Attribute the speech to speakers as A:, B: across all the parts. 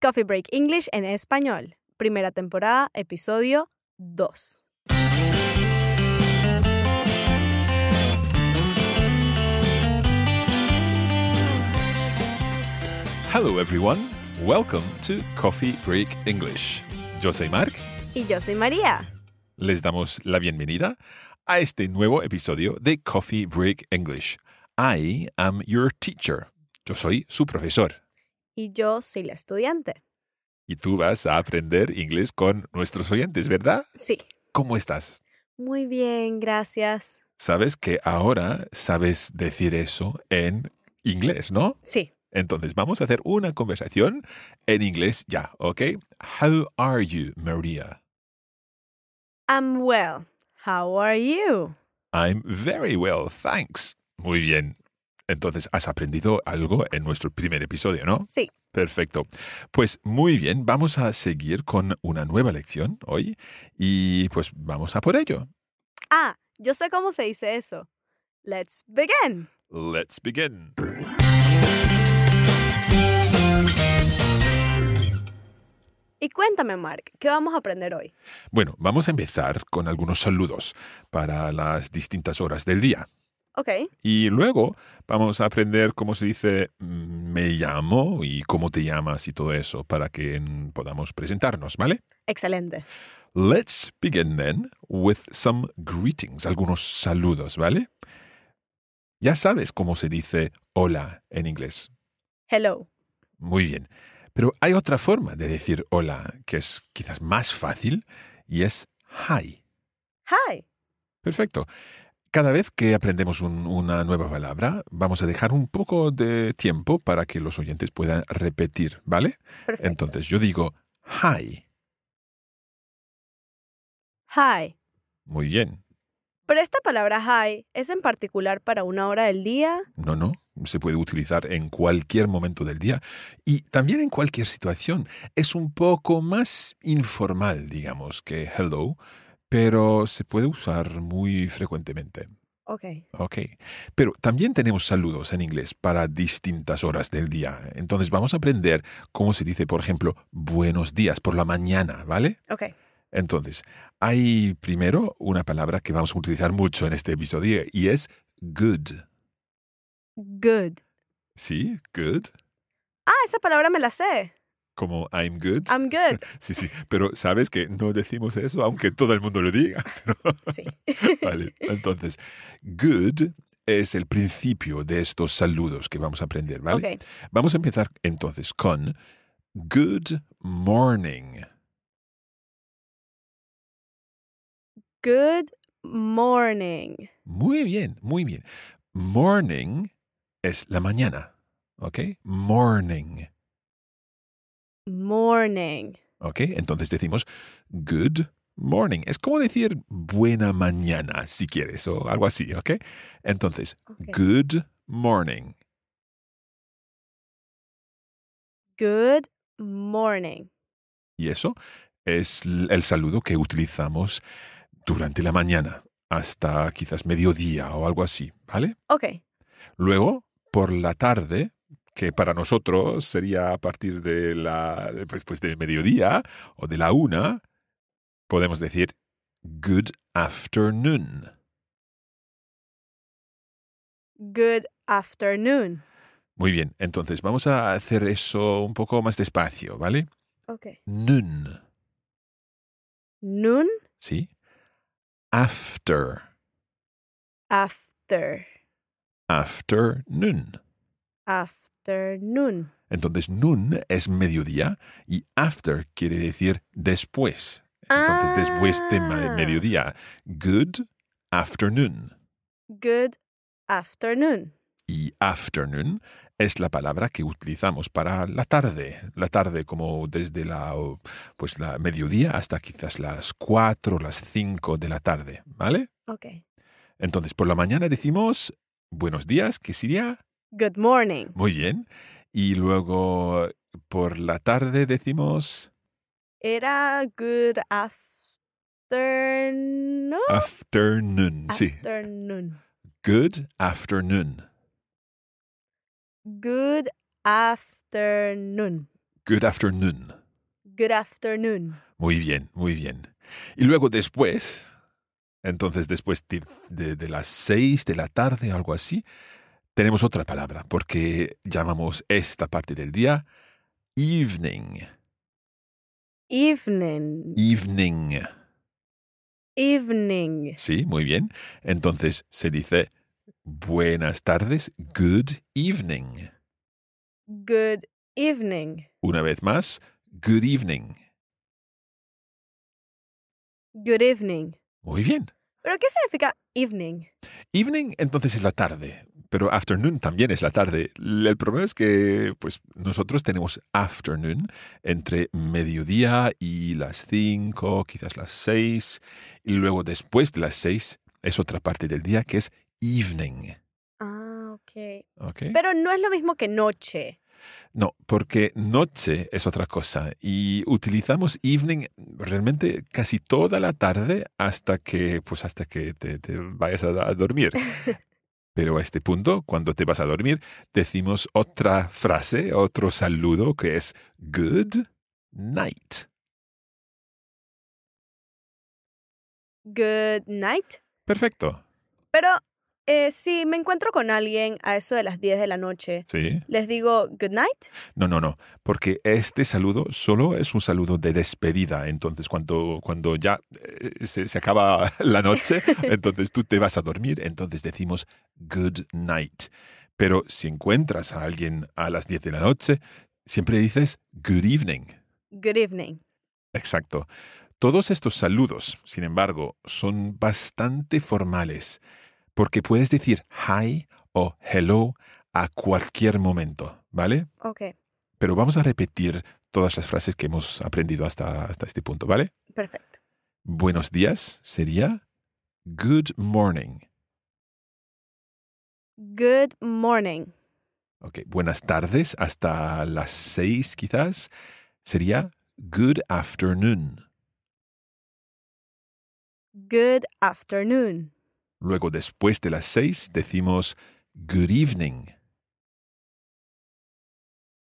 A: Coffee Break English en español. Primera temporada, episodio 2.
B: Hello, everyone. Welcome to Coffee Break English. Yo soy Mark.
A: Y yo soy María.
B: Les damos la bienvenida a este nuevo episodio de Coffee Break English. I am your teacher. Yo soy su profesor.
A: Y yo soy la estudiante.
B: Y tú vas a aprender inglés con nuestros oyentes, ¿verdad?
A: Sí.
B: ¿Cómo estás?
A: Muy bien, gracias.
B: Sabes que ahora sabes decir eso en inglés, ¿no?
A: Sí.
B: Entonces vamos a hacer una conversación en inglés ya, ¿ok? How are you, Maria?
A: I'm well. How are you?
B: I'm very well, thanks. Muy bien. Entonces has aprendido algo en nuestro primer episodio, ¿no?
A: Sí.
B: Perfecto. Pues muy bien, vamos a seguir con una nueva lección hoy y pues vamos a por ello.
A: Ah, yo sé cómo se dice eso. Let's begin.
B: Let's begin.
A: Y cuéntame, Mark, ¿qué vamos a aprender hoy?
B: Bueno, vamos a empezar con algunos saludos para las distintas horas del día.
A: Ok.
B: Y luego vamos a aprender cómo se dice mm, me llamo y cómo te llamas y todo eso para que mm, podamos presentarnos, ¿vale?
A: Excelente.
B: Let's begin then with some greetings, algunos saludos, ¿vale? Ya sabes cómo se dice hola en inglés.
A: Hello.
B: Muy bien. Pero hay otra forma de decir hola que es quizás más fácil y es hi.
A: Hi.
B: Perfecto. Cada vez que aprendemos un- una nueva palabra, vamos a dejar un poco de tiempo para que los oyentes puedan repetir, ¿vale?
A: Perfecto.
B: Entonces yo digo hi.
A: Hi.
B: Muy bien.
A: Pero esta palabra hi es en particular para una hora del día.
B: No, no, se puede utilizar en cualquier momento del día y también en cualquier situación. Es un poco más informal, digamos, que hello, pero se puede usar muy frecuentemente.
A: Ok.
B: Ok. Pero también tenemos saludos en inglés para distintas horas del día. Entonces vamos a aprender cómo se dice, por ejemplo, buenos días por la mañana, ¿vale?
A: Ok.
B: Entonces, hay primero una palabra que vamos a utilizar mucho en este episodio y es good.
A: Good.
B: ¿Sí? Good.
A: Ah, esa palabra me la sé.
B: Como I'm good.
A: I'm good.
B: Sí, sí. Pero sabes que no decimos eso, aunque todo el mundo lo diga.
A: Sí.
B: Vale, entonces, good es el principio de estos saludos que vamos a aprender, ¿vale?
A: Ok.
B: Vamos a empezar entonces con good morning.
A: Good morning.
B: Muy bien, muy bien. Morning es la mañana, ¿ok? Morning,
A: Morning.
B: ¿ok? Entonces decimos good morning. Es como decir buena mañana, si quieres, o algo así, ¿ok? Entonces,
A: Ok.
B: good morning.
A: Good morning.
B: Y eso es l- el saludo que utilizamos durante la mañana, hasta quizás mediodía o algo así, ¿vale?
A: Ok.
B: Luego, por la tarde, que para nosotros sería a partir de la pues, pues de mediodía o de la una, podemos decir good afternoon.
A: Good afternoon.
B: Muy bien, entonces vamos a hacer eso un poco más despacio, ¿vale?
A: Ok.
B: Nun,
A: Noon
B: ¿sí? After,
A: after.
B: after nun.
A: Afternoon.
B: Entonces, nun es mediodía y after quiere decir después. Entonces, después de ma-
A: Ah.
B: mediodía. Good afternoon.
A: Good afternoon.
B: Y afternoon es la palabra que utilizamos para la tarde. La tarde como desde la, o, pues la mediodía hasta quizás las 4, las 5 de la tarde, ¿vale?
A: Ok.
B: Entonces, por la mañana decimos buenos días, que sería
A: Good morning.
B: muy bien. Y luego por la tarde decimos...
A: Era good afternoon.
B: Afternoon, sí.
A: Afternoon.
B: Good afternoon.
A: Good afternoon.
B: Good afternoon.
A: Good afternoon.
B: Muy bien, muy bien. Y luego después, entonces después de, de- de las seis de la tarde, algo así, tenemos otra palabra, porque llamamos esta parte del día evening.
A: Evening.
B: Evening.
A: Evening.
B: Sí, muy bien. Entonces se dice buenas tardes, good evening.
A: Good evening.
B: Una vez más, good evening.
A: Good evening.
B: Muy bien.
A: ¿Pero qué significa evening?
B: Evening entonces es la tarde, pero afternoon también es la tarde. L- El problema es que pues nosotros tenemos afternoon entre mediodía y las 5, quizás las 6, y luego después de las 6 es otra parte del día que es evening.
A: Ah, ok.
B: ¿ok?
A: Pero no es lo mismo que noche.
B: No, porque noche es otra cosa y utilizamos evening realmente casi toda la tarde hasta que, pues hasta que te, te vayas a, a dormir. Pero a este punto, cuando te vas a dormir, decimos otra frase, otro saludo que es good night.
A: Good night.
B: Perfecto.
A: Pero eh, si me encuentro con alguien a eso de las 10 de la noche,
B: Sí.
A: les digo good night.
B: No, no, no, porque este saludo solo es un saludo de despedida. Entonces, cuando, cuando ya eh, se, se acaba la noche, entonces tú te vas a dormir, entonces decimos good night. Pero si encuentras a alguien a las 10 de la noche, siempre dices good evening.
A: Good evening.
B: Exacto. Todos estos saludos, sin embargo, son bastante formales, porque puedes decir hi o hello a cualquier momento, ¿vale?
A: Ok,
B: Pero vamos a repetir todas las frases que hemos aprendido hasta, hasta este punto, ¿vale?
A: perfecto.
B: Buenos días sería good morning.
A: Good morning.
B: Ok, buenas tardes hasta las seis quizás sería good afternoon.
A: Good afternoon.
B: Luego después de las seis decimos good evening.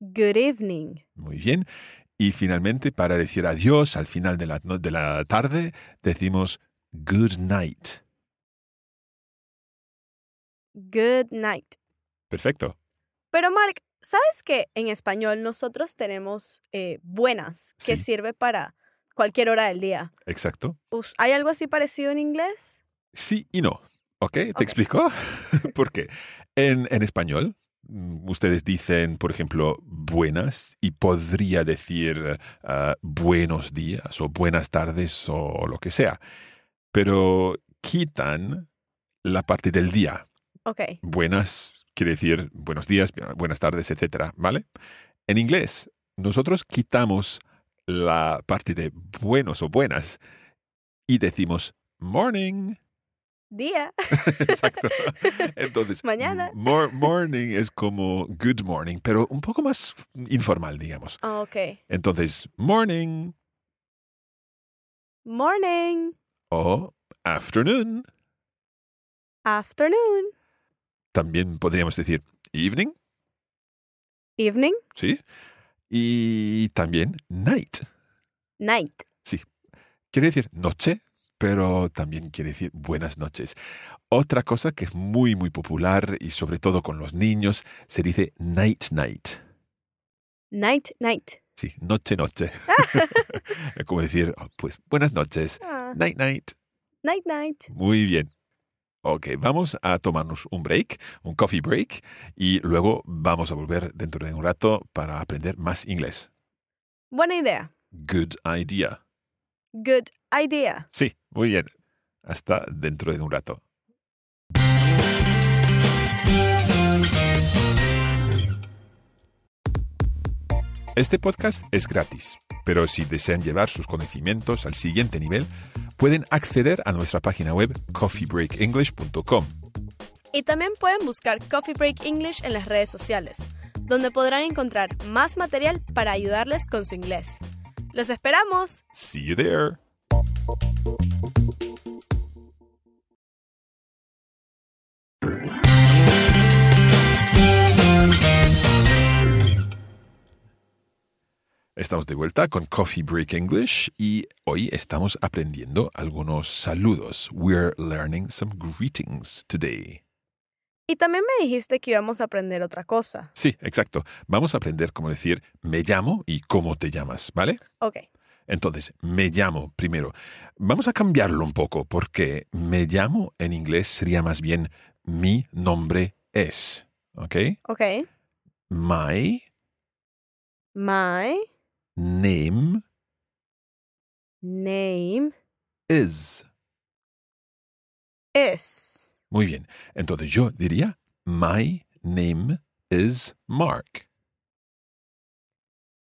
A: Good evening.
B: Muy bien. Y finalmente para decir adiós al final de la, no- de la tarde decimos good night.
A: Good night.
B: Perfecto.
A: Pero Mark, ¿sabes que en español nosotros tenemos eh, buenas, que
B: Sí.
A: sirve para cualquier hora del día?
B: Exacto.
A: Us- ¿Hay algo así parecido en inglés?
B: Sí y no. ¿Ok? ¿Te
A: Ok.
B: explico? ¿Por qué? En, en español, mm, ustedes dicen, por ejemplo, buenas y podría decir ah, buenos días o buenas tardes o lo que sea, pero quitan la parte del día.
A: Ok,
B: Buenas quiere decir buenos días, buenas tardes, etcétera, ¿vale? En inglés, nosotros quitamos la parte de buenos o buenas y decimos morning.
A: día.
B: Exacto. Entonces,
A: Mañana.
B: mor- morning es como good morning, pero un poco más informal, digamos.
A: Ah, Ok.
B: Entonces, morning
A: Morning,
B: o afternoon.
A: afternoon,
B: También podríamos decir evening,
A: evening,
B: ¿sí? Y también night.
A: night.
B: Quiere decir noche, pero también quiere decir buenas noches. Otra cosa que es muy, muy popular y sobre todo con los niños, se dice night night.
A: Night, night.
B: Sí, noche noche. Es como decir, oh, pues buenas noches,
A: Ah,
B: night night.
A: night, night.
B: Muy bien. Ok, vamos a tomarnos un break, un coffee break, y luego vamos a volver dentro de un rato para aprender más inglés.
A: Buena idea.
B: Good idea.
A: Good idea.
B: Sí, muy bien. Hasta dentro de un rato. Este podcast es gratis, pero si desean llevar sus conocimientos al siguiente nivel, pueden acceder a nuestra página web coffeebreakenglish.com.
A: Y también pueden buscar Coffee Break English en las redes sociales, donde podrán encontrar más material para ayudarles con su inglés. ¡Los esperamos!
B: See you there. Estamos de vuelta con Coffee Break English y hoy estamos aprendiendo algunos saludos. We're learning some greetings today.
A: Y también me dijiste que íbamos a aprender otra cosa.
B: Sí, exacto. Vamos a aprender cómo decir me llamo y cómo te llamas, ¿vale?
A: Ok.
B: Entonces, me llamo primero. Vamos a cambiarlo un poco porque me llamo en inglés sería más bien mi nombre es. ¿Ok?
A: Ok.
B: My
A: My
B: name
A: name
B: is.
A: is.
B: Muy bien. Entonces yo diría My name is Mark.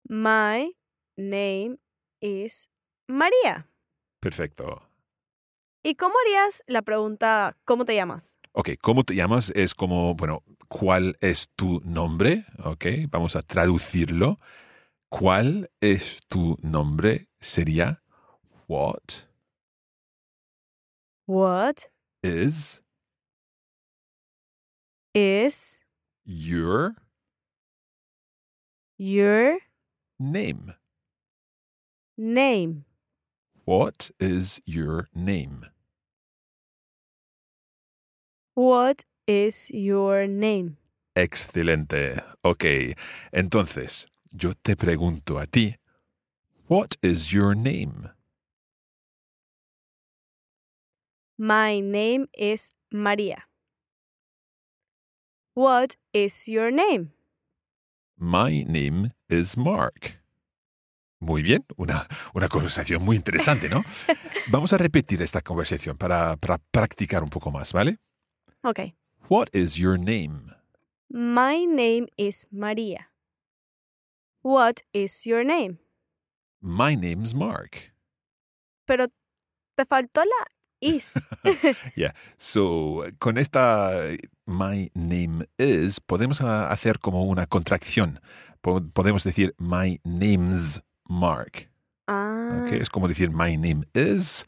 A: My name is María.
B: Perfecto.
A: ¿Y cómo harías la pregunta ¿cómo te llamas?
B: Ok, ¿cómo te llamas? Es como, bueno, ¿cuál es tu nombre? Ok, vamos a traducirlo. ¿Cuál es tu nombre? Sería What
A: What
B: is
A: is
B: your
A: your
B: name?
A: name?
B: What is your name?
A: What is your name?
B: Excelente. Ok. Entonces, yo te pregunto a ti, What is your name?
A: My name is María. What is your name?
B: My name is Mark. Muy bien, una, una conversación muy interesante, ¿no? Vamos a repetir esta conversación para, para practicar un poco más, ¿vale?
A: Ok.
B: What is your name?
A: My name is María. What is your name?
B: My name's Mark.
A: Pero te faltó la is.
B: Yeah. So, con esta eh, my name is, podemos ah, hacer como una contracción. Po- Podemos decir my name's Mark.
A: ah.
B: ¿ok? Es como decir my name is,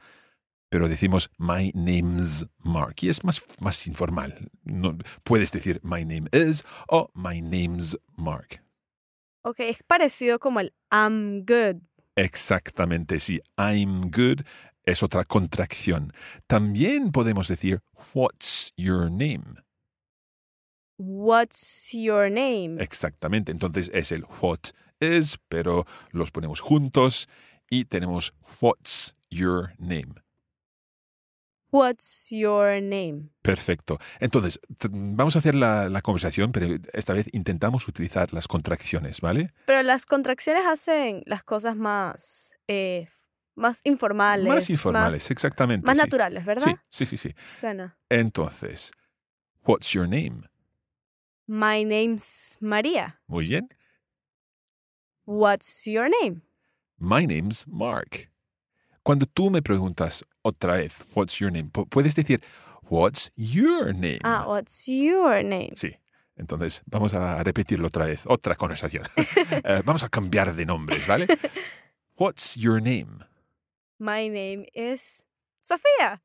B: pero decimos my name's Mark. Y es más, más informal. No, puedes decir my name is o my name's Mark.
A: Ok, es parecido como el I'm good.
B: Exactamente, sí. I'm good es otra contracción. También podemos decir what's your name.
A: What's your name?
B: Exactamente. Entonces es el what is, pero los ponemos juntos y tenemos what's your name.
A: What's your name?
B: Perfecto. Entonces, t- vamos a hacer la, la conversación, pero esta vez intentamos utilizar las contracciones, ¿vale?
A: Pero las contracciones hacen las cosas más, eh, más informales.
B: más informales, exactamente.
A: Más, más
B: sí.
A: naturales, ¿verdad?
B: Sí, sí, sí, sí.
A: Suena.
B: Entonces, what's your name?
A: My name's María.
B: Muy bien.
A: What's your name?
B: My name's Mark. Cuando tú me preguntas otra vez, what's your name, pu- puedes decir, what's your name?
A: Ah, what's your name?
B: Sí. Entonces, vamos a repetirlo otra vez, otra conversación. Eh, vamos a cambiar de nombres, ¿vale? What's your name?
A: My name is Sofía.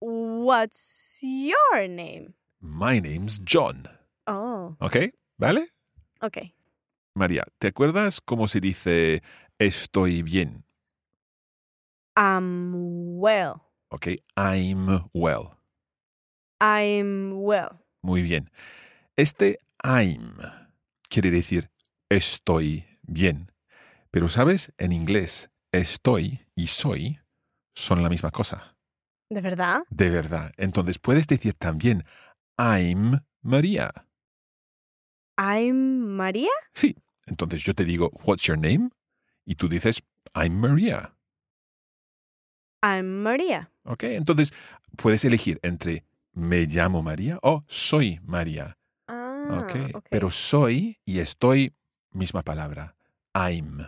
A: What's your name?
B: My name's John.
A: Oh,
B: ¿Ok? ¿Vale?
A: ok.
B: María, ¿te acuerdas cómo se dice estoy bien?
A: I'm well.
B: ¿ok? I'm well.
A: I'm well.
B: Muy bien. Este I'm quiere decir estoy bien. Pero, ¿sabes? En inglés, estoy y soy son la misma cosa.
A: ¿De verdad?
B: De verdad. Entonces puedes decir también I'm María.
A: I'm María.
B: Sí. Entonces yo te digo, What's your name? Y tú dices, I'm María.
A: I'm María.
B: ¿Ok? Entonces puedes elegir entre me llamo María o soy María.
A: Ah,
B: ¿Ok? Pero soy y estoy, misma palabra. I'm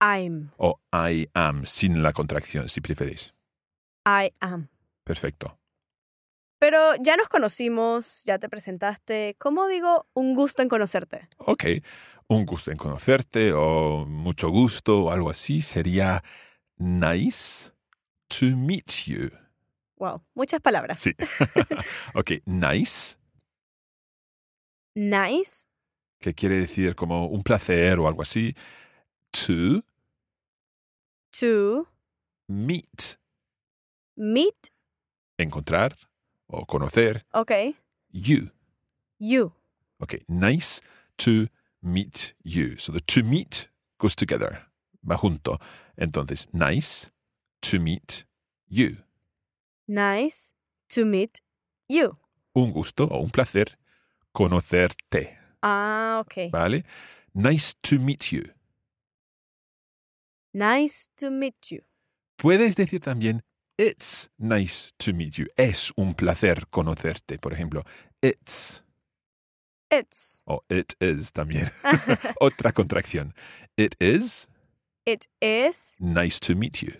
A: I'm.
B: o I am, sin la contracción, si preferís.
A: I am.
B: Perfecto.
A: Pero ya nos conocimos, ya te presentaste. ¿Cómo digo un gusto en conocerte?
B: Ok. Un gusto en conocerte o mucho gusto o algo así sería nice to meet you.
A: Wow, muchas palabras.
B: Sí. ok, nice,
A: Nice.
B: que quiere decir como un placer o algo así. To
A: To
B: meet,
A: meet.
B: encontrar o conocer
A: Ok.
B: you.
A: You.
B: Ok, nice to meet you. So the to meet goes together, va junto. Entonces, nice to meet you.
A: Nice to meet you.
B: Un gusto o un placer conocerte,
A: Ah, ok.
B: ¿vale? Nice to meet you.
A: Nice to meet you.
B: Puedes decir también, it's nice to meet you. Es un placer conocerte, por ejemplo. It's
A: It's.
B: o it is también. Otra contracción. It is
A: It is
B: nice to meet you.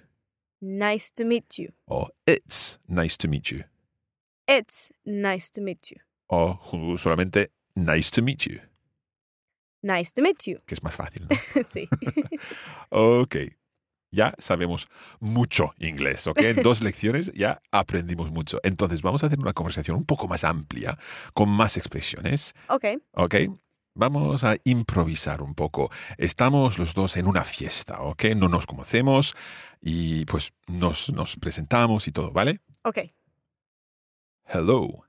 A: nice to meet you.
B: O it's nice to meet you.
A: It's nice to meet you.
B: O ju- solamente nice to meet you,
A: Nice to meet you.
B: que es más fácil. ¿no?
A: sí.
B: ok. Ya sabemos mucho inglés, ¿ok? En dos lecciones ya aprendimos mucho. Entonces vamos a hacer una conversación un poco más amplia, con más expresiones.
A: ok.
B: ¿ok? Vamos a improvisar un poco. Estamos los dos en una fiesta, ¿ok? No nos conocemos y pues nos, nos presentamos y todo, ¿vale?
A: Ok.
B: Hello.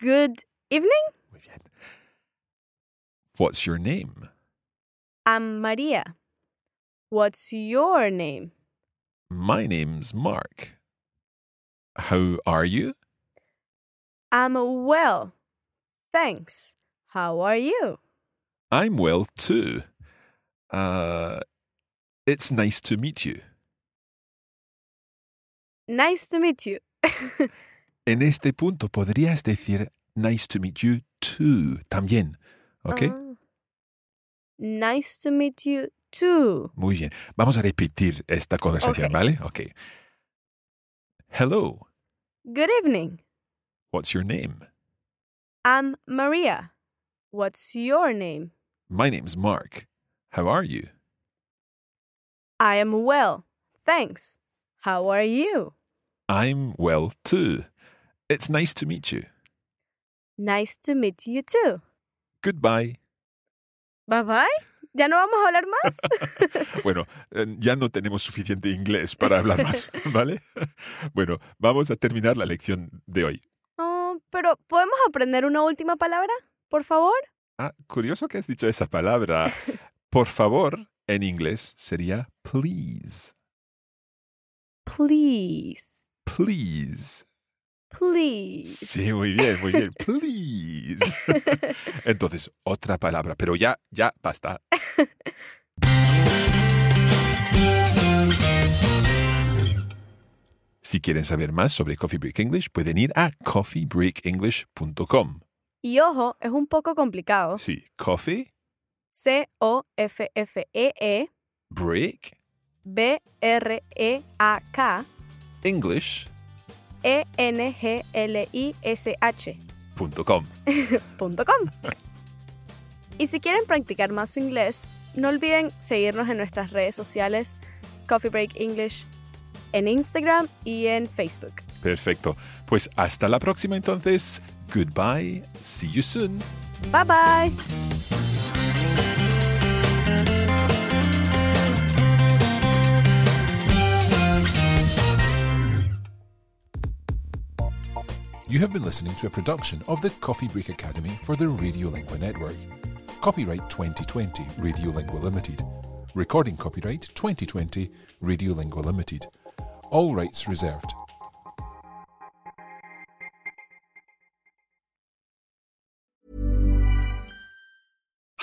A: Good evening.
B: Muy bien. What's your name?
A: I'm Maria. What's your name?
B: My name's Mark. How are you?
A: I'm well. Thanks. How are you?
B: I'm well too. Uh, it's nice to meet you.
A: Nice to meet you.
B: En este punto podrías decir nice to meet you too también, ¿ok?
A: Ah. nice to meet you too.
B: Muy bien. Vamos a repetir esta conversación,
A: Ok.
B: ¿vale? Ok. Hello,
A: Good evening.
B: what's your name?
A: I'm Maria. What's your name?
B: My name's Mark. How are you?
A: I am well. Thanks. How are you?
B: I'm well too. It's nice to meet you.
A: Nice to meet you too.
B: Goodbye.
A: Bye bye. ¿Ya no vamos a hablar más?
B: Bueno, eh, ya no tenemos suficiente inglés para hablar más, ¿vale? Bueno, vamos a terminar la lección de hoy.
A: Oh, pero ¿podemos aprender una última palabra? Por favor.
B: Ah, curioso que has dicho esa palabra. Por favor, en inglés sería please.
A: Please.
B: Please.
A: Please.
B: Sí, muy bien, muy bien. Please. Entonces, otra palabra, pero ya, ya, basta. Si quieren saber más sobre Coffee Break English, pueden ir a coffeebreakenglish.com.
A: Y ojo, es un poco complicado.
B: Sí, coffee
A: C-O-F-F-E-E.
B: break
A: E B-R-E-A-K E E-N-G-L-I-S-H
B: english.com.
A: punto com. Y si quieren practicar más su inglés, no olviden seguirnos en nuestras redes sociales Coffee Break English en Instagram y en Facebook.
B: Perfecto. Pues hasta la próxima entonces. Goodbye. See you soon.
A: Bye bye.
B: You have been listening to a production of the Coffee Break Academy for the Radiolingua Network. Copyright 2020 Radiolingua Limited. Recording copyright 2020 Radiolingua Limited. All rights reserved.